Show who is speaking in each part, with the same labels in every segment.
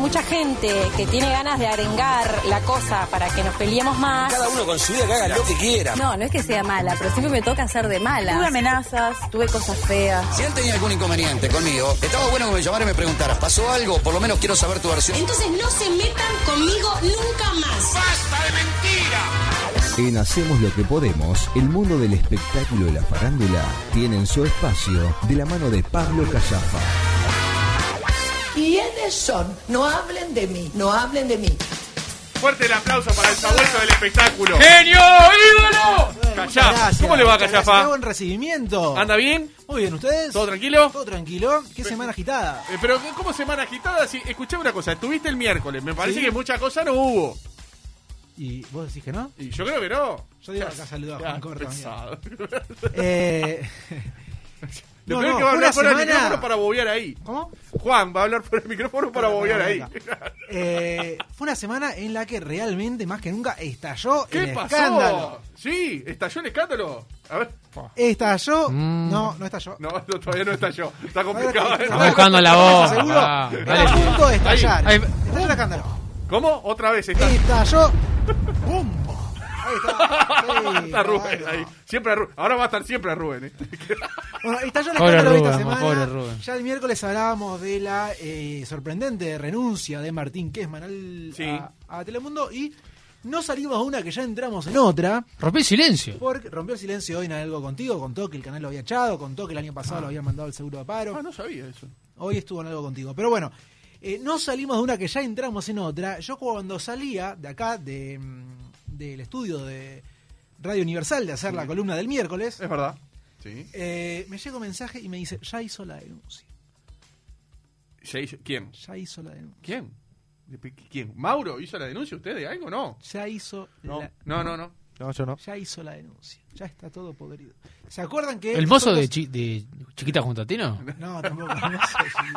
Speaker 1: mucha gente que tiene ganas de arengar la cosa para que nos peleemos más.
Speaker 2: Cada uno con su vida que haga lo que quiera.
Speaker 3: No, no es que sea mala, pero siempre me toca hacer de mala.
Speaker 4: Tuve amenazas, tuve cosas feas.
Speaker 2: Si él tenía algún inconveniente conmigo, estaba bueno que me llamara y me preguntaras, ¿pasó algo? Por lo menos quiero saber tu versión.
Speaker 5: Entonces no se metan conmigo nunca más.
Speaker 6: ¡Basta de mentira!
Speaker 7: En Hacemos lo que podemos, el mundo del espectáculo y la farándula tienen su espacio de la mano de Pablo Callafa.
Speaker 8: ¿Quiénes son? No hablen de mí, no hablen de mí.
Speaker 9: Fuerte el aplauso para el sabueso del espectáculo.
Speaker 10: ¡Genio! ¡Ídolo! Callafa.
Speaker 11: Gracias.
Speaker 10: ¿Cómo le va,
Speaker 11: Muchas gracias. Qué
Speaker 10: Callafa?
Speaker 11: buen recibimiento.
Speaker 10: ¿Anda bien?
Speaker 11: Muy bien, ¿ustedes?
Speaker 10: ¿Todo tranquilo?
Speaker 11: Todo tranquilo. Qué semana agitada.
Speaker 10: Eh, Pero, ¿cómo semana agitada? Si, escuchame una cosa, estuviste el miércoles, me parece
Speaker 11: Sí.
Speaker 10: que mucha cosa no hubo.
Speaker 11: ¿Y vos decís que no?
Speaker 10: Y yo creo que no. Ah,
Speaker 11: Yo digo acá saludó a
Speaker 10: Ya,
Speaker 11: Juan Corto.
Speaker 10: pesado.
Speaker 11: Eh,
Speaker 10: Lo
Speaker 11: no,
Speaker 10: peor
Speaker 11: no,
Speaker 10: que va a hablar
Speaker 11: una
Speaker 10: por el
Speaker 11: semana-
Speaker 10: micrófono para bobear ahí.
Speaker 11: ¿Cómo?
Speaker 10: Juan va a hablar por el micrófono para bobear ahí.
Speaker 11: Eh, fue una semana en la que realmente, más que nunca, estalló
Speaker 10: ¿Qué
Speaker 11: el
Speaker 10: pasó?
Speaker 11: escándalo.
Speaker 10: Sí, estalló el escándalo. A ver.
Speaker 11: Estalló. No, no estalló.
Speaker 10: No, no, todavía no estalló. Está complicado. ¿eh?
Speaker 11: Está
Speaker 12: Está buscando la voz.
Speaker 11: ¿Seguro?
Speaker 12: Ah,
Speaker 11: Está
Speaker 12: dale.
Speaker 11: a punto de estallar.
Speaker 12: Ahí.
Speaker 11: Estalló el escándalo.
Speaker 10: ¿Cómo? Otra vez está.
Speaker 11: Estalló. ¡Bumbo! Ahí está. Sí,
Speaker 10: Está Rubén
Speaker 11: bueno.
Speaker 10: ahí. Siempre Rubén. Ahora va a estar siempre Rubén. ¿eh?
Speaker 11: Bueno, estalló el
Speaker 12: Pobre
Speaker 11: escándalo de esta
Speaker 12: Rubén,
Speaker 11: semana.
Speaker 12: pobre Rubén.
Speaker 11: Ya el miércoles hablábamos de la eh, sorprendente renuncia de Martín Kessman al,
Speaker 10: Sí.
Speaker 11: a, a Telemundo y no salimos de una que ya entramos en otra.
Speaker 12: Rompí el silencio.
Speaker 11: Porque rompió el silencio hoy en algo contigo, contó que el canal lo había echado, contó que el año pasado lo habían mandado al seguro de paro.
Speaker 10: Ah, no sabía eso.
Speaker 11: Hoy estuvo en algo contigo. Pero bueno, eh, no salimos de una que ya entramos en otra. Yo cuando salía de acá, de, mm, del estudio de Radio Universal, de hacer la columna del miércoles,
Speaker 12: Eh.
Speaker 10: Es verdad. Sí.
Speaker 11: eh, me llega un mensaje y me dice, ya hizo la denuncia.
Speaker 10: Se hizo- ¿Quién?
Speaker 11: Ya hizo la denuncia.
Speaker 10: ¿Quién? ¿De pe- ¿Quién? ¿Mauro hizo la denuncia usted de algo? No.
Speaker 11: Ya hizo,
Speaker 10: No,
Speaker 11: la,
Speaker 10: no, no. no.
Speaker 9: No, yo no.
Speaker 11: ya hizo la denuncia. Ya está todo podrido. ¿Se acuerdan que...
Speaker 12: ¿El mozo de,
Speaker 11: nosotros-
Speaker 12: chi- de Chiquita Juntatino?
Speaker 11: No, tampoco. No sé, sí,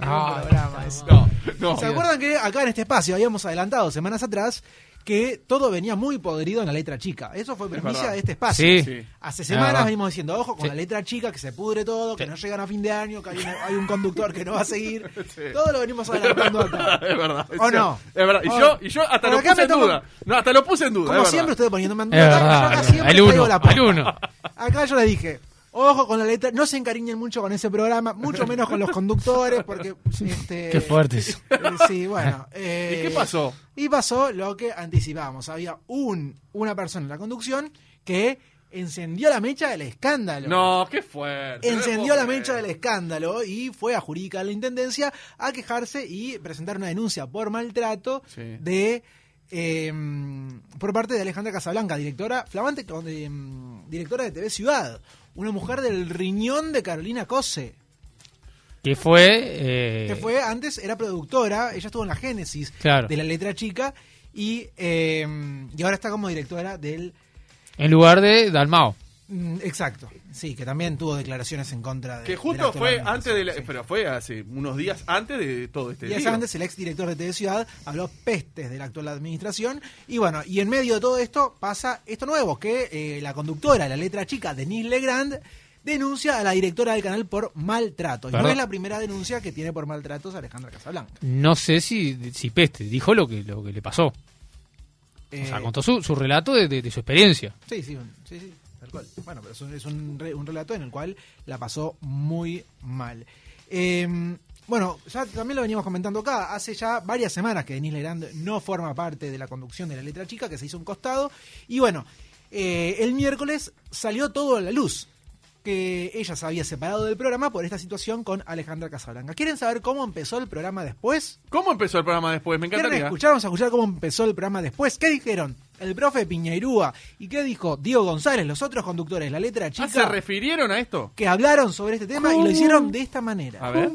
Speaker 12: Ah, No,
Speaker 11: un programa eso.
Speaker 10: No, no.
Speaker 11: ¿Se acuerdan que acá en este espacio habíamos adelantado semanas atrás que todo venía muy podrido en la letra chica? Eso fue premisa
Speaker 10: verdad.
Speaker 11: de este espacio.
Speaker 12: Sí.
Speaker 10: Sí.
Speaker 11: Hace
Speaker 12: Es
Speaker 11: semanas
Speaker 12: verdad.
Speaker 11: venimos diciendo, ojo con
Speaker 12: Sí.
Speaker 11: la letra chica, que se pudre todo, que
Speaker 12: Sí.
Speaker 11: no llegan a fin de año, que hay un, hay un conductor que no va a seguir.
Speaker 10: Sí.
Speaker 11: Todo lo venimos adelantando acá.
Speaker 10: es verdad.
Speaker 11: ¿O
Speaker 10: es
Speaker 11: no?
Speaker 10: cierto. Es verdad. Y
Speaker 11: O-
Speaker 10: yo, y yo hasta
Speaker 11: por
Speaker 10: lo
Speaker 11: acá
Speaker 10: puse
Speaker 11: me
Speaker 10: en
Speaker 11: tomo-
Speaker 10: duda. No, hasta lo puse en duda.
Speaker 11: Como
Speaker 10: es
Speaker 11: siempre,
Speaker 10: verdad.
Speaker 11: ustedes poniéndome en
Speaker 12: Es verdad. El uno, al uno.
Speaker 11: Acá yo le dije, ojo con la letra, no se encariñen mucho con ese programa, mucho menos con los conductores, porque... Este,
Speaker 12: Qué fuerte eso.
Speaker 11: Eh, Sí, bueno. eh,
Speaker 10: ¿Y qué pasó?
Speaker 11: Y pasó lo que anticipábamos. Había un, una persona en la conducción que encendió la mecha del escándalo.
Speaker 10: No, qué fuerte.
Speaker 11: Encendió la mecha del
Speaker 10: escándalo.
Speaker 11: escándalo y fue a Jurídica a la Intendencia a quejarse y presentar una denuncia por maltrato
Speaker 10: Sí.
Speaker 11: de eh, por parte de Alejandra Casablanca, directora, flamante con- eh, directora de TV Ciudad, una mujer del riñón de Carolina Cose.
Speaker 12: Que fue. eh,
Speaker 11: Que fue, antes era productora, ella estuvo en la génesis
Speaker 12: Claro.
Speaker 11: de la letra chica y, eh, y ahora está como directora del...
Speaker 12: En lugar de Dalmao.
Speaker 11: mm, Exacto, sí, que también tuvo declaraciones en contra de...
Speaker 10: Que
Speaker 11: del
Speaker 10: justo
Speaker 11: actor
Speaker 10: fue
Speaker 11: Daniel
Speaker 10: antes de la,
Speaker 11: Casablanca, sí.
Speaker 10: Pero fue hace unos días antes de todo este.
Speaker 11: Y
Speaker 10: lío.
Speaker 11: Díaz Andes, el ex director de TV Ciudad, habló pestes de la actual administración. Y bueno, y en medio de todo esto pasa esto nuevo, que eh, la conductora, la letra chica, Denise Legrand, denuncia a la directora del canal por maltrato. Y no
Speaker 12: Perdón.
Speaker 11: es la primera denuncia que tiene por maltratos Alejandra Casablanca.
Speaker 12: No sé si, si peste. Dijo lo que, lo que le pasó. O sea,
Speaker 11: Eh,
Speaker 12: contó su, su relato de, de- de su experiencia.
Speaker 11: Sí, sí, un- sí, sí, tal cual. Bueno, pero es un, es un re- un relato en el cual la pasó muy mal. Eh, bueno, ya también lo veníamos comentando acá. Hace ya varias semanas que Denise Legrand no forma parte de la conducción de la letra chica, que se hizo un costado. Y bueno, eh, el miércoles salió todo a la luz. Que ella se había separado del programa por esta situación con Alejandra Casablanca. ¿Quieren saber cómo empezó el programa después?
Speaker 10: ¿Cómo empezó el programa después? Me
Speaker 11: ¿Quieren
Speaker 10: encantaría.
Speaker 11: escuchar? Vamos a escuchar cómo empezó el programa después. ¿Qué dijeron? El profe Piñeirúa y qué dijo Diego González, los otros conductores, la letra
Speaker 10: Ah, ¿Se
Speaker 11: chica,
Speaker 10: refirieron a esto?
Speaker 11: que hablaron sobre este tema y lo hicieron de esta manera.
Speaker 10: A ver.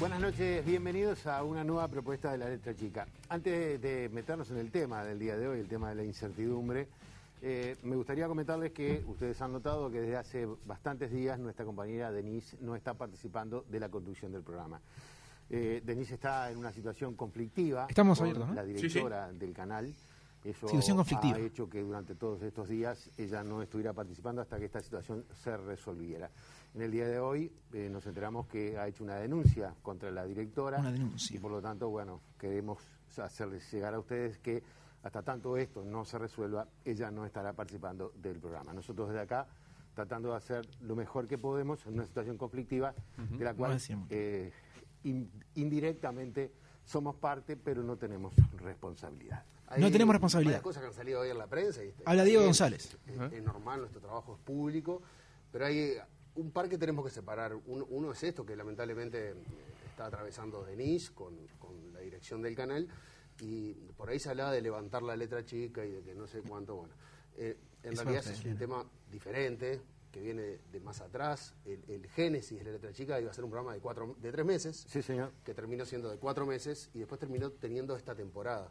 Speaker 13: Buenas noches, bienvenidos a una nueva propuesta de la letra chica. Antes de meternos en el tema del día de hoy, el tema de la incertidumbre, eh, me gustaría comentarles que ustedes han notado que desde hace bastantes días nuestra compañera Denise no está participando de la conducción del programa. Eh, Denise está en una situación conflictiva.
Speaker 11: Estamos
Speaker 13: con
Speaker 11: abiertos, ¿no?
Speaker 13: La directora del canal. Eso
Speaker 11: Situación conflictiva.
Speaker 13: ha hecho que durante todos estos días ella no estuviera participando hasta que esta situación se resolviera. En el día de hoy eh, nos enteramos que ha hecho una denuncia contra la directora.
Speaker 11: Una denuncia.
Speaker 13: Y por lo tanto, bueno, queremos hacerles llegar a ustedes que hasta tanto esto no se resuelva, ella no estará participando del programa. Nosotros desde acá tratando de hacer lo mejor que podemos en una situación conflictiva de la
Speaker 11: lo
Speaker 13: cual
Speaker 11: decíamos.
Speaker 13: eh, in- indirectamente somos parte, pero no tenemos responsabilidad.
Speaker 11: No
Speaker 14: Hay
Speaker 11: tenemos responsabilidad.
Speaker 14: varias cosas que han salido hoy en la prensa. y-
Speaker 11: Habla Diego
Speaker 14: es-
Speaker 11: González.
Speaker 14: Es, es normal, nuestro trabajo es público, pero hay eh, un par que tenemos que separar. Uno, uno es esto que lamentablemente eh, está atravesando Denise con, con la dirección del canal y por ahí se hablaba de levantar la letra chica y de que no sé cuánto, bueno. Eh, en
Speaker 11: Es
Speaker 14: realidad
Speaker 11: fuerte,
Speaker 14: es un tema diferente que viene de, más atrás. El, el génesis de la letra chica iba a ser un programa de cuatro, de tres meses, que terminó siendo de cuatro meses y después terminó teniendo esta temporada.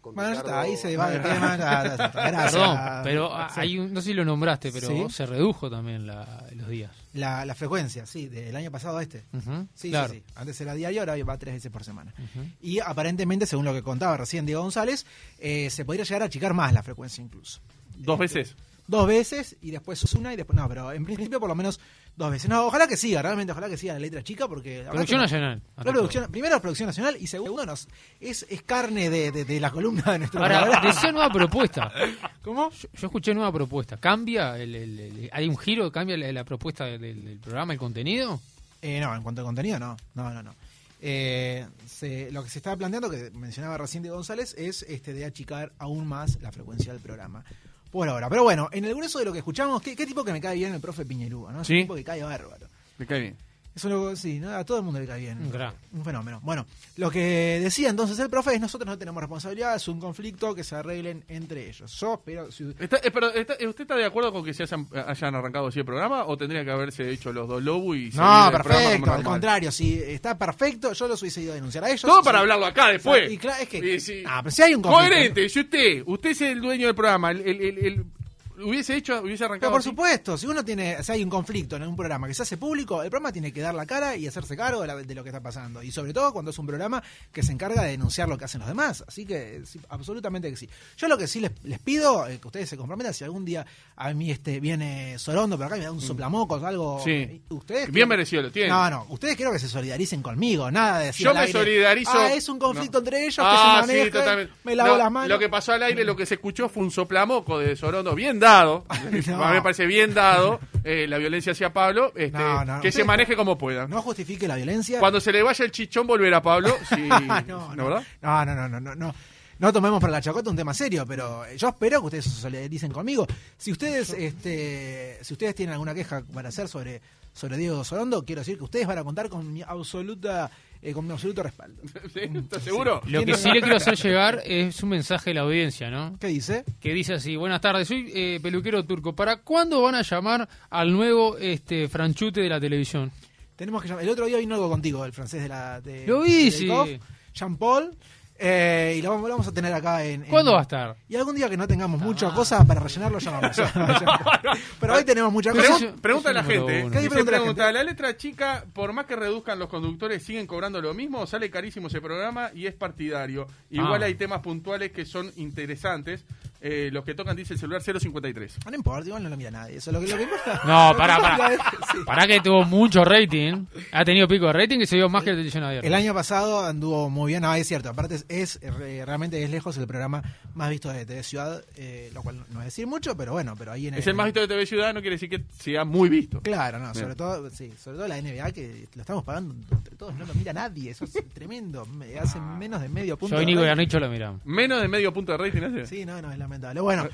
Speaker 14: Con
Speaker 11: Bueno, ya
Speaker 14: Ricardo-
Speaker 11: está, ahí se va el tema, ya, ya está. Gracias.
Speaker 12: Perdón, pero a- hay un- no sé si lo nombraste, pero
Speaker 11: ah, Sí.
Speaker 12: se redujo también la- los días.
Speaker 11: La, la frecuencia, sí, del año pasado a este.
Speaker 12: Ujú,
Speaker 11: sí,
Speaker 12: claro.
Speaker 11: sí, sí. Antes era diario, ahora va tres veces por semana. Y aparentemente, según lo que contaba recién Diego González, eh, se podría llegar a achicar más la frecuencia incluso.
Speaker 10: Dos veces.
Speaker 11: Dos veces y después una y después... No, pero en principio por lo menos dos veces. No, ojalá que siga, realmente ojalá que siga la letra chica porque... la verdad
Speaker 12: Producción
Speaker 11: que no-
Speaker 12: nacional.
Speaker 11: La producción, primero producción nacional y segundo nos, es, es carne de, de- de la columna de nuestro
Speaker 12: Ahora,
Speaker 11: programa.
Speaker 12: decía nueva propuesta.
Speaker 11: ¿Cómo?
Speaker 12: Yo, yo escuché nueva propuesta. ¿Cambia? El, el- el- ¿Hay un giro? ¿Cambia la, la propuesta del, del- del programa, el contenido?
Speaker 11: Eh, no, en cuanto a contenido, no. No, no, no. Eh, se- lo que se estaba planteando, que mencionaba recién de González, es este de achicar aún más la frecuencia del programa. Por ahora. Pero bueno, en el grueso de lo que escuchamos, qué, qué tipo que me cae bien el profe Piñerúa, ¿no? Es
Speaker 10: Sí.
Speaker 11: un tipo que cae bárbaro.
Speaker 10: Me cae bien.
Speaker 11: Es un loco- sí, ¿no? a todo el mundo le cae bien.
Speaker 12: Un gran.
Speaker 11: Un fenómeno. Bueno, lo que decía entonces el profe es nosotros no tenemos responsabilidad, es un conflicto que se arreglen entre ellos. Yo espero... si-
Speaker 10: Está- eh, pero, está- eh, ¿Usted está de acuerdo con que se hayan, eh, hayan arrancado así el programa o tendría que haberse hecho los dos lobos y seguir
Speaker 11: No,
Speaker 10: el programa como
Speaker 11: perfecto, al
Speaker 10: normal?
Speaker 11: contrario, si está perfecto, yo los hubiese ido a denunciar a ellos.
Speaker 10: Todo para
Speaker 11: Sí.
Speaker 10: hablarlo acá después.
Speaker 11: Y claro, es que.
Speaker 10: Y si-
Speaker 11: Ah, pero si hay un conflicto.
Speaker 10: Coherente, si usted, usted es el dueño del programa, el, el- el- el- hubiese hecho, hubiese
Speaker 11: Pero
Speaker 10: arrancado.
Speaker 11: por
Speaker 10: así.
Speaker 11: supuesto, si uno tiene, si hay un conflicto en un programa que se hace público, el programa tiene que dar la cara y hacerse cargo de, la- de lo que está pasando. Y sobre todo cuando es un programa que se encarga de denunciar lo que hacen los demás. Así que sí, absolutamente que sí. Yo lo que sí les, les pido, eh, que ustedes se comprometan, si algún día a mí este viene Sorondo por acá y me da un soplamocos, algo...
Speaker 10: Mm. Sí.
Speaker 11: Ustedes
Speaker 10: Bien
Speaker 11: que-
Speaker 10: merecido lo tiene.
Speaker 11: No, no, ustedes quiero que se solidaricen conmigo, nada de decir
Speaker 10: Yo
Speaker 11: al
Speaker 10: me
Speaker 11: aire,
Speaker 10: solidarizo.
Speaker 11: Ah, es un conflicto
Speaker 10: No.
Speaker 11: entre ellos
Speaker 10: Ah,
Speaker 11: que se
Speaker 10: sí,
Speaker 11: manejan,
Speaker 10: totalmente.
Speaker 11: me lavo
Speaker 10: No,
Speaker 11: las manos.
Speaker 10: Lo que pasó al aire, lo que se escuchó fue un soplamoco de Sorondo, bien dado. A mí me parece bien dado eh, la violencia hacia Pablo. este,
Speaker 11: No, no,
Speaker 10: que
Speaker 11: ustedes-
Speaker 10: se maneje como pueda.
Speaker 11: No justifique la violencia.
Speaker 10: Cuando se le vaya el chichón, volver a Pablo. Sí,
Speaker 11: Ah, no,
Speaker 10: ¿no,
Speaker 11: no,
Speaker 10: verdad?
Speaker 11: no, no, no, no, no, no. No tomemos para la chacota un tema serio, pero eh, yo espero que ustedes se solidaricen conmigo. Si ustedes, este, si ustedes tienen alguna queja para hacer sobre, sobre Diego Sorondo, quiero decir que ustedes van a contar con mi absoluta, eh, con mi absoluto respaldo.
Speaker 10: ¿Estás seguro?
Speaker 12: Lo que sí le quiero hacer llegar es un mensaje a la audiencia, ¿no?
Speaker 11: ¿Qué dice?
Speaker 12: Que dice así, buenas tardes, soy eh, peluquero turco. ¿Para cuándo van a llamar al nuevo este franchute de la televisión?
Speaker 11: Tenemos que llamar. El otro día vino algo contigo, el francés de la. De,
Speaker 12: Lo vi,
Speaker 11: de
Speaker 12: sí.
Speaker 11: Dykhoff, Jean Paul. eh, y lo vamos, lo vamos a tener acá en, en-
Speaker 12: ¿Cuándo va a estar? Ah.
Speaker 11: Y algún día que no tengamos muchas cosas para rellenarlo, llamamos. Pero hoy tenemos muchas
Speaker 10: Pregun-
Speaker 11: cosas.
Speaker 10: pregunta a la
Speaker 12: número
Speaker 10: gente.
Speaker 12: uno.
Speaker 11: ¿Qué
Speaker 10: Dice,
Speaker 11: pregunta la
Speaker 10: pregunta, la letra chica, por más que reduzcan los conductores, siguen cobrando lo mismo? ¿Sale carísimo ese programa y es partidario? Igual
Speaker 12: Ah.
Speaker 10: hay temas puntuales que son interesantes. Eh, los que tocan dice el celular 053.
Speaker 11: No importa, igual no lo mira nadie. Eso es lo que, lo que importa.
Speaker 12: No,
Speaker 11: Lo que
Speaker 12: pará,
Speaker 11: importa
Speaker 12: pará.
Speaker 11: es que sí.
Speaker 12: Pará que tuvo mucho rating. Ha tenido pico de rating que se vio más que la televisión abierta.
Speaker 11: El año pasado anduvo muy bien, no, es cierto. Aparte, es, es, eh, realmente es lejos el programa más visto de TV Ciudad, eh, lo cual no es decir mucho, pero bueno, pero ahí en
Speaker 10: Es el más visto de TV Ciudad, no quiere decir que sea muy visto.
Speaker 11: Claro, no,
Speaker 10: Bien.
Speaker 11: sobre todo, sí, sobre todo la NBA que lo estamos pagando entre todos, no lo mira nadie, eso es tremendo, me hace menos de medio punto.
Speaker 12: Yo y
Speaker 11: de
Speaker 12: Nico
Speaker 11: rating.
Speaker 12: Garnicho lo miramos.
Speaker 10: Menos de medio punto de rating hace.
Speaker 11: Sí, no, no, es lamentable. Bueno,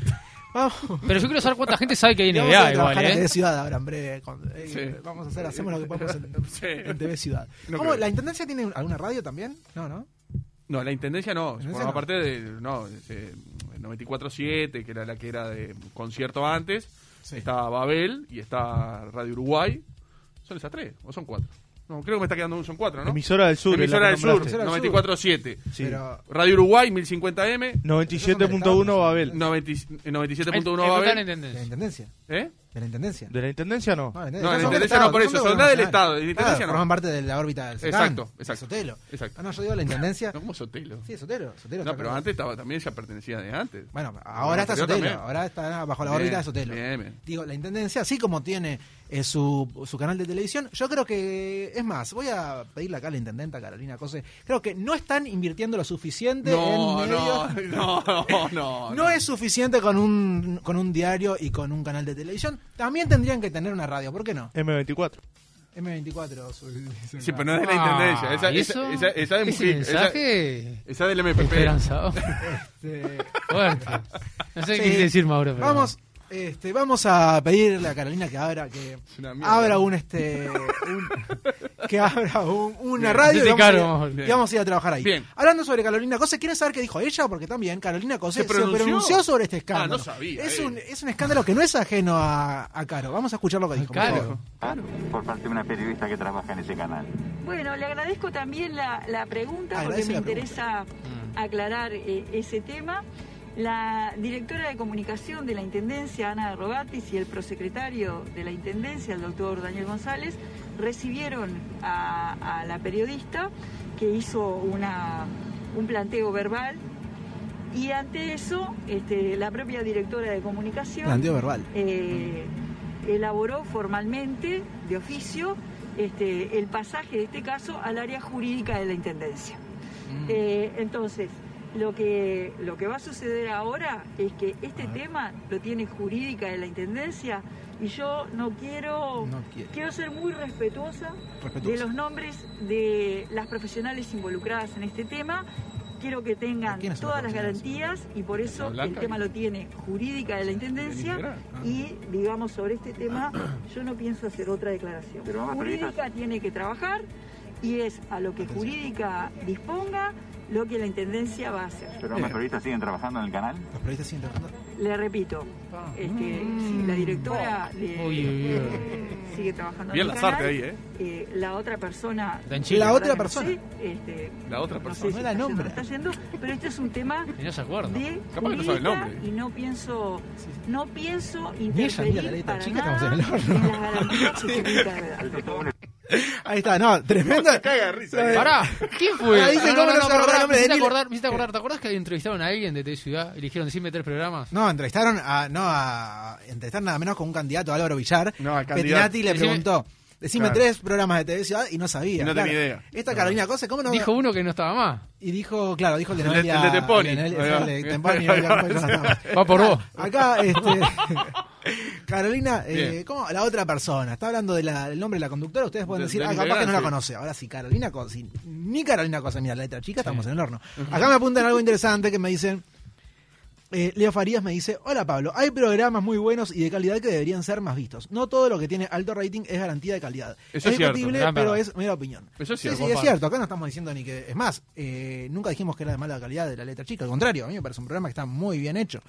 Speaker 11: vamos.
Speaker 12: Pero yo quiero saber cuánta gente sabe que hay
Speaker 11: vamos a ir a
Speaker 12: NBA
Speaker 11: trabajar
Speaker 12: igual,
Speaker 11: a
Speaker 12: ¿eh?
Speaker 11: TV Ciudad ahora en breve. con- eh,
Speaker 10: Sí.
Speaker 11: Vamos a hacer, hacemos lo que podemos en,
Speaker 10: Sí.
Speaker 11: en TV Ciudad.
Speaker 10: No
Speaker 11: ¿Cómo,
Speaker 10: creo.
Speaker 11: ¿La Intendencia tiene alguna radio también? No, ¿no?
Speaker 10: No, la intendencia no.
Speaker 11: Intendencia
Speaker 10: forma
Speaker 11: no.
Speaker 10: parte de. No, es, eh, 94.7, que era la que era de concierto antes.
Speaker 11: Sí.
Speaker 10: Está Babel y está Radio Uruguay. Son esas tres, o son cuatro. No, creo que me está quedando un, son cuatro, ¿no?
Speaker 15: Emisora del Sur,
Speaker 10: Emisora del
Speaker 15: es la
Speaker 10: Sur,
Speaker 15: que
Speaker 10: 94.7.
Speaker 15: Sí.
Speaker 11: Pero-
Speaker 10: Radio Uruguay, 1050M.
Speaker 15: 97.1 Babel.
Speaker 10: 90 eh, 97.1
Speaker 12: Ahí- ahí está en
Speaker 10: Babel.
Speaker 12: Intendencia.
Speaker 11: La Intendencia.
Speaker 10: ¿Eh?
Speaker 11: ¿De la intendencia?
Speaker 15: De la intendencia no.
Speaker 11: No,
Speaker 10: No,
Speaker 11: la
Speaker 10: la
Speaker 11: son
Speaker 10: intendencia
Speaker 11: del
Speaker 10: no, por
Speaker 11: Estado,
Speaker 10: eso,
Speaker 11: son
Speaker 10: son la del
Speaker 11: gobernamental.
Speaker 10: Estado, de la intendencia no.
Speaker 11: Forman parte de la órbita del CETAN.
Speaker 10: Exacto, exacto.
Speaker 11: Sotelo.
Speaker 10: Exacto.
Speaker 11: Ah, no, yo digo la intendencia.
Speaker 10: No, como Sotelo.
Speaker 11: Sí, Sotelo. Sotelo
Speaker 10: No,
Speaker 11: está
Speaker 10: pero
Speaker 11: acá.
Speaker 10: antes estaba, también ya pertenecía de antes.
Speaker 11: Bueno, ahora está Sotelo, ahora está bajo la órbita de Sotelo.
Speaker 10: Bien, bien.
Speaker 11: Digo, la intendencia, así como tiene eh, su, su canal de televisión, yo creo que, es más, voy a pedirle acá a la intendenta Carolina Cose, creo que no están invirtiendo lo suficiente
Speaker 10: No,
Speaker 11: en
Speaker 10: no,
Speaker 11: medios.
Speaker 10: no, no, no.
Speaker 11: No es suficiente con un, con un diario y con un canal de televisión. También tendrían que tener una radio, ¿por qué no?
Speaker 15: M24.
Speaker 11: M24. su- dicen
Speaker 10: Sí,
Speaker 11: acá.
Speaker 10: pero no es de la intendencia. Esa,
Speaker 12: Ah, ¿y
Speaker 10: esa-
Speaker 12: eso?
Speaker 10: esa- esa de
Speaker 12: Ese
Speaker 10: Mujica,
Speaker 12: mensaje
Speaker 10: Esa, esa del MPP.
Speaker 12: esperanzador.
Speaker 11: Este,
Speaker 12: Fuerte. No sé
Speaker 11: Sí.
Speaker 12: qué quiere decir Mauro. Pero
Speaker 11: Vamos, este, vamos a pedirle a Carolina que abra, que
Speaker 10: una mierda.
Speaker 11: abra un este un- que abra un- una
Speaker 12: Bien.
Speaker 11: radio y
Speaker 12: Hacete
Speaker 11: vamos, a ir-
Speaker 12: cargo,
Speaker 11: y
Speaker 12: Mauro.
Speaker 11: vamos a ir a trabajar ahí.
Speaker 10: Bien.
Speaker 11: Hablando sobre Carolina Cose, ¿quieren saber qué dijo ella? Porque también Carolina Cose
Speaker 10: ¿Se pronunció?
Speaker 11: sobre este escándalo.
Speaker 10: Ah, no sabía,
Speaker 11: es,
Speaker 10: eh.
Speaker 11: un, es un escándalo que no es ajeno a, a Caro. Vamos a escuchar lo que dijo. por favor.
Speaker 16: Por parte de una periodista que trabaja en ese canal.
Speaker 17: Bueno, le agradezco también la, la pregunta porque
Speaker 11: Agradece
Speaker 17: me
Speaker 11: la pregunta.
Speaker 17: interesa aclarar eh, ese tema. La directora de comunicación de la Intendencia, Ana Rogatis, y el prosecretario de la Intendencia, el doctor Daniel González, recibieron a, a la periodista que hizo una- un planteo verbal y ante eso este, la propia directora de comunicación...
Speaker 11: Planteo verbal.
Speaker 17: eh, elaboró formalmente, de oficio, este, el pasaje de este caso al área jurídica de la Intendencia. Eh, entonces, lo que, lo que va a suceder ahora es que este tema lo tiene jurídica de la Intendencia y yo no quiero,
Speaker 11: quiero.
Speaker 17: ser muy respetuosa,
Speaker 11: Respetuosa.
Speaker 17: de los nombres de las profesionales involucradas en este tema. Quiero que tengan
Speaker 11: quiénes son
Speaker 17: todas
Speaker 11: las
Speaker 17: las garantías y por eso el
Speaker 11: Blanca
Speaker 17: tema
Speaker 11: y-
Speaker 17: lo tiene jurídica de la Intendencia
Speaker 16: integral.
Speaker 17: y, digamos, sobre este tema yo no pienso hacer otra declaración.
Speaker 16: Pero vamos,
Speaker 17: Jurídica tiene que trabajar y es a lo que jurídica disponga lo que la Intendencia va a hacer.
Speaker 16: Pero ambas periodistas siguen trabajando en el canal.
Speaker 11: Los periodistas siguen trabajando.
Speaker 17: Le repito, este, si la directora le-
Speaker 12: Uy, uy,
Speaker 17: eh, sigue trabajando
Speaker 10: Bien
Speaker 17: en el
Speaker 10: la Sarte
Speaker 17: canal,
Speaker 10: ahí, ¿eh?
Speaker 17: eh, la otra persona...
Speaker 10: Está en Chile. La
Speaker 17: verdad
Speaker 10: otra
Speaker 17: que no
Speaker 10: persona.
Speaker 17: sé, este,
Speaker 10: La otra
Speaker 17: no sé
Speaker 10: persona.
Speaker 17: si está yendo o no está yendo, pero este es un tema
Speaker 12: Y no se acuerda.
Speaker 17: de
Speaker 12: Capaz que no sabe el
Speaker 17: jurídica
Speaker 12: nombre.
Speaker 17: y no pienso no pienso
Speaker 11: Ni ella ni la
Speaker 17: interferir
Speaker 11: letra
Speaker 17: para
Speaker 11: chica
Speaker 17: nada
Speaker 11: estamos en el horno.
Speaker 17: en las garantías que jurídica de la-
Speaker 11: Ahí está, no, tremenda. ¿eh?
Speaker 12: Pará, ¿quién fue?
Speaker 11: Ahí Ah, dice,
Speaker 12: No,
Speaker 11: ¿cómo
Speaker 12: no,
Speaker 11: no
Speaker 12: no,
Speaker 11: se
Speaker 12: pará,
Speaker 11: acordaba el
Speaker 12: me
Speaker 11: nombre de
Speaker 12: hiciste
Speaker 11: Nilo?
Speaker 12: acordar, me hiciste acordar. ¿Te acordás que entrevistaron a alguien de T Ciudad y eligieron decirme tres programas?
Speaker 11: No, entrevistaron a, no, a, entrevistaron nada menos con un candidato, Álvaro Villar.
Speaker 10: No, al candidato.
Speaker 11: Petinati le
Speaker 10: Decime-
Speaker 11: preguntó, decime
Speaker 10: Claro.
Speaker 11: tres programas de TV Ciudad y no sabía.
Speaker 10: Y no tenía idea.
Speaker 11: Esta Carolina Cose, ¿cómo no?
Speaker 12: Dijo uno que no estaba más.
Speaker 11: Y dijo, claro, dijo el de
Speaker 12: El de-
Speaker 11: Noelia.
Speaker 12: el de Temponi.
Speaker 11: el de Noelia-
Speaker 12: Ahí va.
Speaker 11: el de Temponi,
Speaker 12: Ahí
Speaker 11: Noelia
Speaker 12: va.
Speaker 11: Campos, no, no.
Speaker 12: Va por vos.
Speaker 11: Acá, este, Carolina, eh,
Speaker 12: Bien.
Speaker 11: ¿cómo? La otra persona. Está hablando del nombre de la conductora. Ustedes pueden
Speaker 10: De-
Speaker 11: decir,
Speaker 10: del
Speaker 11: ah, capaz que no la
Speaker 10: integrante.
Speaker 11: conoce. Ahora sí, Carolina Cose. si Ni Carolina Cose, mira, la letra chica, estamos en el horno. Acá me apuntan algo interesante que me dicen. Eh, Leo Farías me dice, hola Pablo, hay programas muy buenos y de calidad que deberían ser más vistos. No todo lo que tiene alto rating es garantía de calidad.
Speaker 10: Eso es cierto,
Speaker 11: discutible,
Speaker 10: gran
Speaker 11: pero
Speaker 10: verdad.
Speaker 11: es mera opinión.
Speaker 10: Eso es
Speaker 11: Sí,
Speaker 10: cierto,
Speaker 11: sí, es
Speaker 10: Juan.
Speaker 11: cierto. Acá no estamos diciendo ni que... Es más, eh, nunca dijimos que era de mala calidad de la letra chica. Al contrario, a mí me parece un programa que está muy bien hecho.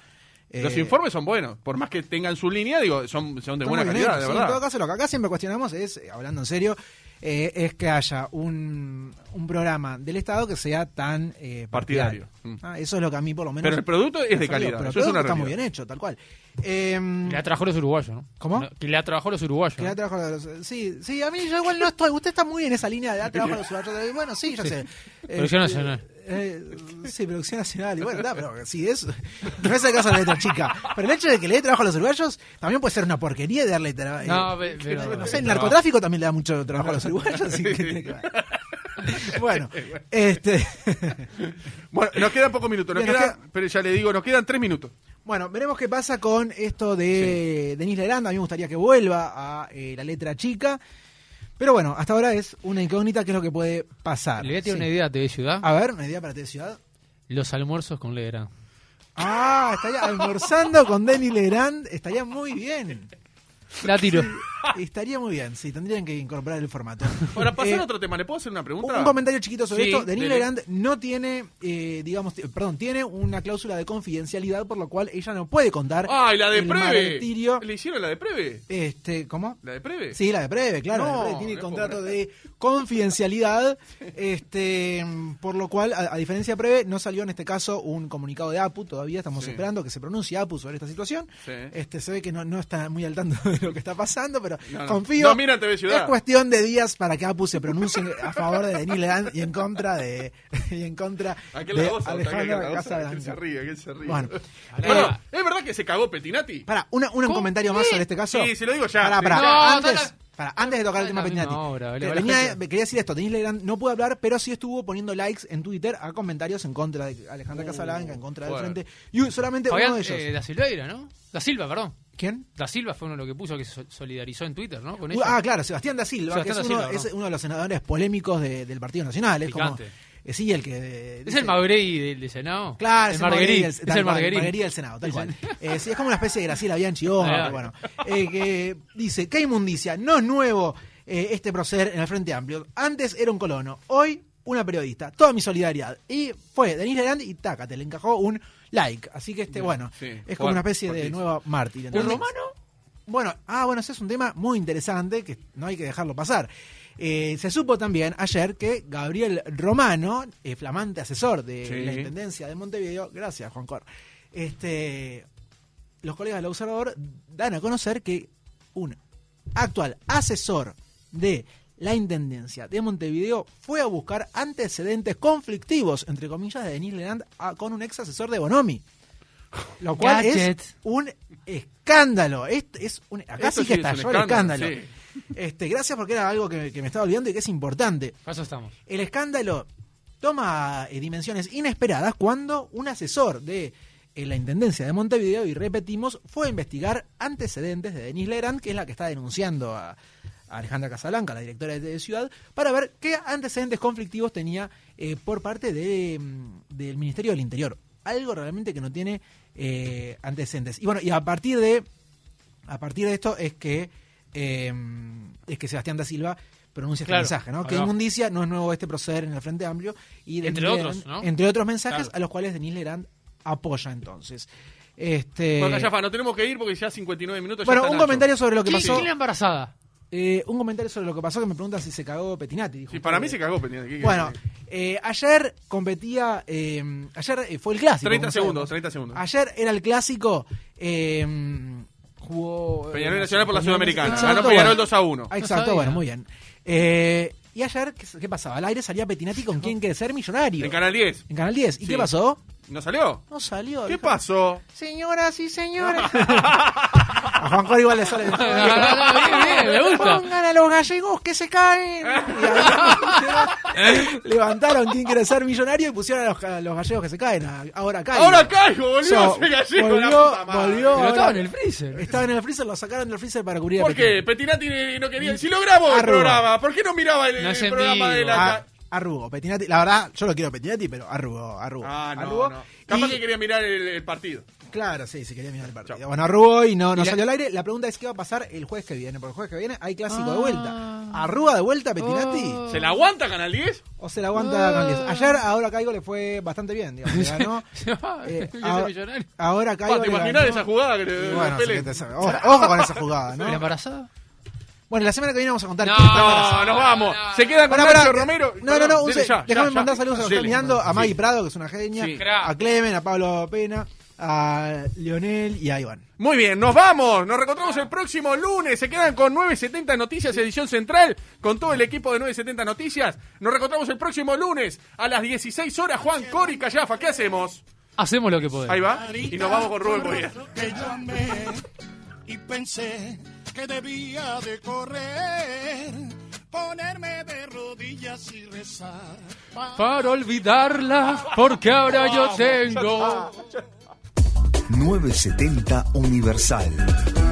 Speaker 11: Eh,
Speaker 10: Los informes son buenos. Por más que tengan su línea, digo, son, son de
Speaker 11: está
Speaker 10: buena
Speaker 11: muy bien
Speaker 10: calidad,
Speaker 11: hecho,
Speaker 10: de
Speaker 11: sí.
Speaker 10: verdad.
Speaker 11: En todo caso, lo que acá siempre cuestionamos es, eh, hablando en serio, eh, es que haya un, un programa del Estado que sea tan eh, partidario.
Speaker 10: Partidario. Mm.
Speaker 11: Ah, eso es lo que a mí por lo menos...
Speaker 10: Pero el producto es de
Speaker 11: me salió,
Speaker 10: calidad,
Speaker 11: Pero el
Speaker 10: eso es
Speaker 11: producto
Speaker 10: una
Speaker 11: está muy
Speaker 10: realidad.
Speaker 11: bien hecho, tal cual. Eh,
Speaker 12: Que la trabajó los uruguayos, ¿no?
Speaker 11: ¿Cómo?
Speaker 12: Que la trabajó los uruguayos.
Speaker 11: Que da trabajo a los- sí, sí, a mí yo igual no estoy. Usted está muy en esa línea de dar trabajo a los uruguayos. Bueno, sí, yo
Speaker 12: Sí.
Speaker 11: sé.
Speaker 12: Producción nacional.
Speaker 11: eh, sí, producción nacional. Y bueno, da, pero sí, es. No es el caso de la letra chica. Pero el hecho de que le dé trabajo a los uruguayos también puede ser una porquería de darle trabajo.
Speaker 12: No, pe- pero-
Speaker 11: no sé, el
Speaker 12: pero-
Speaker 11: narcotráfico también le da mucho trabajo a los uruguayos. así que tiene que ver. bueno, este.
Speaker 10: Bueno, nos quedan pocos minutos. Nos
Speaker 11: Bien, nos
Speaker 10: queda- Pero ya le digo, nos quedan tres minutos.
Speaker 11: Bueno, veremos qué pasa con esto de Denise Leranda. A mí me gustaría que vuelva a eh, la letra chica. Pero bueno, hasta ahora es una incógnita qué es lo que puede pasar.
Speaker 12: Le voy a tirar
Speaker 11: Sí. Ah.
Speaker 12: una idea a TV Ciudad.
Speaker 11: A ver, una idea para TV Ciudad.
Speaker 12: Los almuerzos con Legrand.
Speaker 11: Ah, estaría almorzando con Denis Legrand. Estaría muy bien.
Speaker 12: La tiro.
Speaker 11: Estaría muy bien, sí, tendrían que incorporar el formato.
Speaker 10: Ahora, pasar
Speaker 11: Eh,
Speaker 10: a otro tema. ¿Le puedo hacer una pregunta?
Speaker 11: Un comentario chiquito sobre
Speaker 10: Sí,
Speaker 11: esto. Denis
Speaker 10: dele.
Speaker 11: Legrand no tiene, eh, digamos, t- perdón, tiene una cláusula de confidencialidad por lo cual ella no puede contar.
Speaker 10: ¡Ay, la de
Speaker 11: el
Speaker 10: Preve!
Speaker 11: martirio-
Speaker 10: ¿Le hicieron la de Preve?
Speaker 11: Este, ¿cómo?
Speaker 10: ¿La de Preve?
Speaker 11: Sí, la de Preve, claro. la de
Speaker 10: No,
Speaker 11: Preve tiene
Speaker 10: no
Speaker 11: contrato
Speaker 10: puedo
Speaker 11: de confidencialidad, este, por lo cual, a, a diferencia de Preve, no salió en este caso un comunicado de APU, todavía estamos
Speaker 10: Sí.
Speaker 11: esperando que se pronuncie APU sobre esta situación.
Speaker 10: Sí.
Speaker 11: Este, se ve que no, no está muy al tanto de lo que está pasando, pero
Speaker 10: No, no.
Speaker 11: confío.
Speaker 10: No mira TV Ciudad.
Speaker 11: Es cuestión de días para que APU se pronuncie a favor de Denis Legrand y en contra de, y en contra
Speaker 10: Aquel
Speaker 11: de
Speaker 10: la goza, aquel la
Speaker 11: Alejandra
Speaker 10: goza, aquel se
Speaker 11: Casablanca.
Speaker 10: ríe, aquel se ríe.
Speaker 11: Bueno, eh,
Speaker 10: Pará, ¿es verdad que se cagó Petinati?
Speaker 11: Para, una, un comentario más sobre este caso.
Speaker 10: Sí, se lo digo ya.
Speaker 11: Pará, pará.
Speaker 10: No,
Speaker 11: antes,
Speaker 10: dale.
Speaker 11: pará, antes de tocar el tema
Speaker 10: la misma
Speaker 11: Petinati.
Speaker 10: hora,
Speaker 11: que
Speaker 10: la- la
Speaker 11: venía-
Speaker 10: gente-
Speaker 11: eh, quería decir esto, Denise Legrand no pudo hablar, pero sí estuvo poniendo likes en Twitter a comentarios en contra de Alejandra
Speaker 12: Uh,
Speaker 11: Casablanca, en contra
Speaker 12: bueno.
Speaker 11: del frente. Y un- solamente
Speaker 12: Fabián,
Speaker 11: uno de ellos.
Speaker 12: eh, da Silveira, ¿no? Da Silva, perdón.
Speaker 11: ¿Quién?
Speaker 12: Da Silva fue uno de los que puso que se sol- solidarizó en Twitter, ¿no? Con
Speaker 11: Uh,
Speaker 12: ella.
Speaker 11: ah, claro, Sebastián da Silva,
Speaker 12: Sebastián
Speaker 11: que es,
Speaker 12: da
Speaker 11: uno,
Speaker 12: Silva,
Speaker 11: es
Speaker 12: ¿no?
Speaker 11: uno de los senadores polémicos de- del Partido Nacional. Es como,
Speaker 12: Picante.
Speaker 11: eh, sí, el que.
Speaker 12: ¿Es el Magrey del, del Senado? el
Speaker 11: Claro, es el Marguerite.
Speaker 12: Marguerite.
Speaker 11: del-
Speaker 12: Es
Speaker 11: tal
Speaker 12: el
Speaker 11: cual,
Speaker 12: Marguerite.
Speaker 11: Marguerite del Senado, tal cual. Eh, sí, es como una especie de Graciela Bianchi, oh,
Speaker 12: Ah,
Speaker 11: pero bueno. Eh, que dice, qué inmundicia, no es nuevo eh, este proceder en el Frente Amplio. Antes era un colono, hoy una periodista. Toda mi solidaridad. Y fue Denise Legrand y taca, te le encajó un like. Así que este, bueno,
Speaker 10: Sí,
Speaker 11: es como
Speaker 10: fuerte,
Speaker 11: una especie de
Speaker 10: fuertísimo.
Speaker 11: nueva mártir.
Speaker 10: ¿Un
Speaker 11: ¿entendés?
Speaker 10: romano?
Speaker 11: Bueno, ah, bueno, ese es un tema muy interesante que no hay que dejarlo pasar. Eh, se supo también ayer que Gabriel Romano, eh, flamante asesor de
Speaker 10: Sí.
Speaker 11: la Intendencia de Montevideo, gracias Juan Cor, este, los colegas del observador dan a conocer que un actual asesor de la Intendencia de Montevideo fue a buscar antecedentes conflictivos, entre comillas, de Denis Leland a- con un ex asesor de Bonomi. Lo cual
Speaker 12: Gadget.
Speaker 11: es un escándalo. Es, es un- acá
Speaker 12: Esto
Speaker 11: sí que
Speaker 12: sí es un
Speaker 11: estalló el
Speaker 12: escándalo,
Speaker 11: escándalo. Este, gracias porque era algo que, que me estaba olvidando y que es importante.
Speaker 12: Para eso estamos.
Speaker 11: El escándalo toma eh, dimensiones inesperadas cuando un asesor de eh, la Intendencia de Montevideo, y repetimos, fue a investigar antecedentes de Denise Legrand, que es la que está denunciando a, a Alejandra Casalanca, la directora de TV Ciudad, para ver qué antecedentes conflictivos tenía eh, por parte de, mm, del Ministerio del Interior. Algo realmente que no tiene eh, antecedentes. Y bueno, y a partir de a partir de esto es que eh, es que Sebastián da Silva pronuncia
Speaker 12: Claro,
Speaker 11: este mensaje, ¿no?
Speaker 12: ahí
Speaker 11: Que
Speaker 12: va.
Speaker 11: inmundicia no es nuevo este proceder en el Frente Amplio y Denis
Speaker 12: Entre
Speaker 11: Legrand-
Speaker 12: otros, ¿no?
Speaker 11: entre otros mensajes
Speaker 12: Claro.
Speaker 11: a los cuales Denis Legrand apoya entonces. Este
Speaker 10: Bueno, Callafa, no tenemos que ir porque ya 59 minutos. ya
Speaker 11: bueno, un
Speaker 10: está Nacho.
Speaker 11: comentario sobre lo que
Speaker 10: ¿Quién-
Speaker 11: pasó. eh,
Speaker 10: quién la embarazó?
Speaker 12: embarazada?
Speaker 11: un comentario sobre lo que pasó que me preguntan si se cagó Petinati. dijo
Speaker 10: Sí, para
Speaker 11: usted.
Speaker 10: mí se cagó Petinati. ¿qué- qué-
Speaker 11: Bueno, eh, ayer competía, eh, ayer eh, fue el clásico.
Speaker 10: 30
Speaker 11: como sabemos.
Speaker 10: segundos, 30 segundos.
Speaker 11: Ayer era el clásico. eh, jugó. eh,
Speaker 10: Peñarol Nacional por la
Speaker 11: Peñarol-
Speaker 10: Sudamericana.
Speaker 11: Exacto,
Speaker 10: Ganó Peñarol
Speaker 11: bueno.
Speaker 10: 2 a 1.
Speaker 11: Ah, Exacto,
Speaker 10: No sabía.
Speaker 11: bueno, muy bien. Eh, y ayer, ¿qué, qué pasaba? Al aire salía Petinati con quién quiere ser millonario.
Speaker 10: En Canal 10.
Speaker 11: En Canal 10.
Speaker 10: Sí.
Speaker 11: ¿Y qué pasó?
Speaker 10: ¿No salió?
Speaker 11: No salió.
Speaker 10: ¿Qué
Speaker 11: dijo.
Speaker 10: pasó?
Speaker 11: Señoras y señores. A Juan Cor igual le sale.
Speaker 12: bien, bien, me gusta.
Speaker 11: Pongan a los gallegos que se caen. Y ahí levantaron quién quiere ser millonario y pusieron a los, a los gallegos que se caen. a- ahora caigo.
Speaker 10: Ahora caigo, volvió a ser gallego, la
Speaker 11: Volvió,
Speaker 10: puta madre.
Speaker 11: volvió.
Speaker 10: Pero estaba
Speaker 11: ahora-
Speaker 10: en el freezer.
Speaker 11: Estaba en el freezer, lo sacaron del freezer para cubrir a
Speaker 10: ¿Por
Speaker 11: Petinati.
Speaker 10: qué? Petinati no quería. Si lo grabó el
Speaker 11: Arruga.
Speaker 10: programa, ¿por qué no miraba el,
Speaker 11: No
Speaker 10: el
Speaker 11: es en
Speaker 10: programa de
Speaker 11: vivo.
Speaker 10: la.
Speaker 11: Ah, Arrugó, Petinati. La verdad, yo lo quiero a Petinati, pero arrugó, arrugó.
Speaker 10: Ah, no,
Speaker 11: Arrugó.
Speaker 10: no. Capaz que quería mirar el, el partido.
Speaker 11: Claro, sí, se quería mirar el partido. Bueno, arrugó y no, no
Speaker 10: Y la-
Speaker 11: salió al aire. La pregunta es qué va a pasar el jueves que viene, porque el jueves que viene hay clásico de vuelta. ¿Arruga de vuelta Petinati?
Speaker 10: ¿Se la aguanta Canal 10?
Speaker 11: ¿O se la aguanta con 10? Ayer, ahora caigo, le fue bastante bien. digamos, le ganó. Eh,
Speaker 10: Ese
Speaker 11: ahora-
Speaker 10: millonario.
Speaker 11: ahora
Speaker 10: Pa,
Speaker 11: caigo.
Speaker 10: Ah, ¿Te
Speaker 11: le
Speaker 10: imaginas
Speaker 11: ganó.
Speaker 10: esa jugada que le
Speaker 11: Y bueno,
Speaker 10: Pele?
Speaker 11: sí que te- ojo, ojo con esa jugada, ¿no?
Speaker 12: ¿La embarazada?
Speaker 11: Bueno, la semana que viene vamos a contar
Speaker 10: No,
Speaker 11: quién está embarazada.
Speaker 10: nos vamos. Se queda con
Speaker 11: Pará,
Speaker 10: Nacho
Speaker 11: pará.
Speaker 10: Romero.
Speaker 11: No, no, no, un
Speaker 10: Dele
Speaker 11: se-
Speaker 10: ya,
Speaker 11: déjame
Speaker 10: ya,
Speaker 11: mandar
Speaker 10: ya.
Speaker 11: saludos a los que
Speaker 10: Dele.
Speaker 11: están mirando, a Maggie
Speaker 10: Sí.
Speaker 11: Prado, que es una genia,
Speaker 10: Sí.
Speaker 11: a Clemen, a Pablo Pena, a Leonel y a Iván.
Speaker 10: Muy bien, nos vamos. Nos reencontramos el próximo lunes. Se quedan con 970 Noticias, edición central, con todo el equipo de 970 Noticias. Nos reencontramos el próximo lunes a las 16 horas. Juan Cori Callafa, ¿qué hacemos?
Speaker 12: Hacemos lo que podemos.
Speaker 10: Ahí va. Y nos vamos con Rubén Boyer.
Speaker 6: Que yo amé y pensé que debía de correr, ponerme de rodillas y rezar.
Speaker 12: Para olvidarla, porque ahora yo tengo.
Speaker 7: 970 Universal.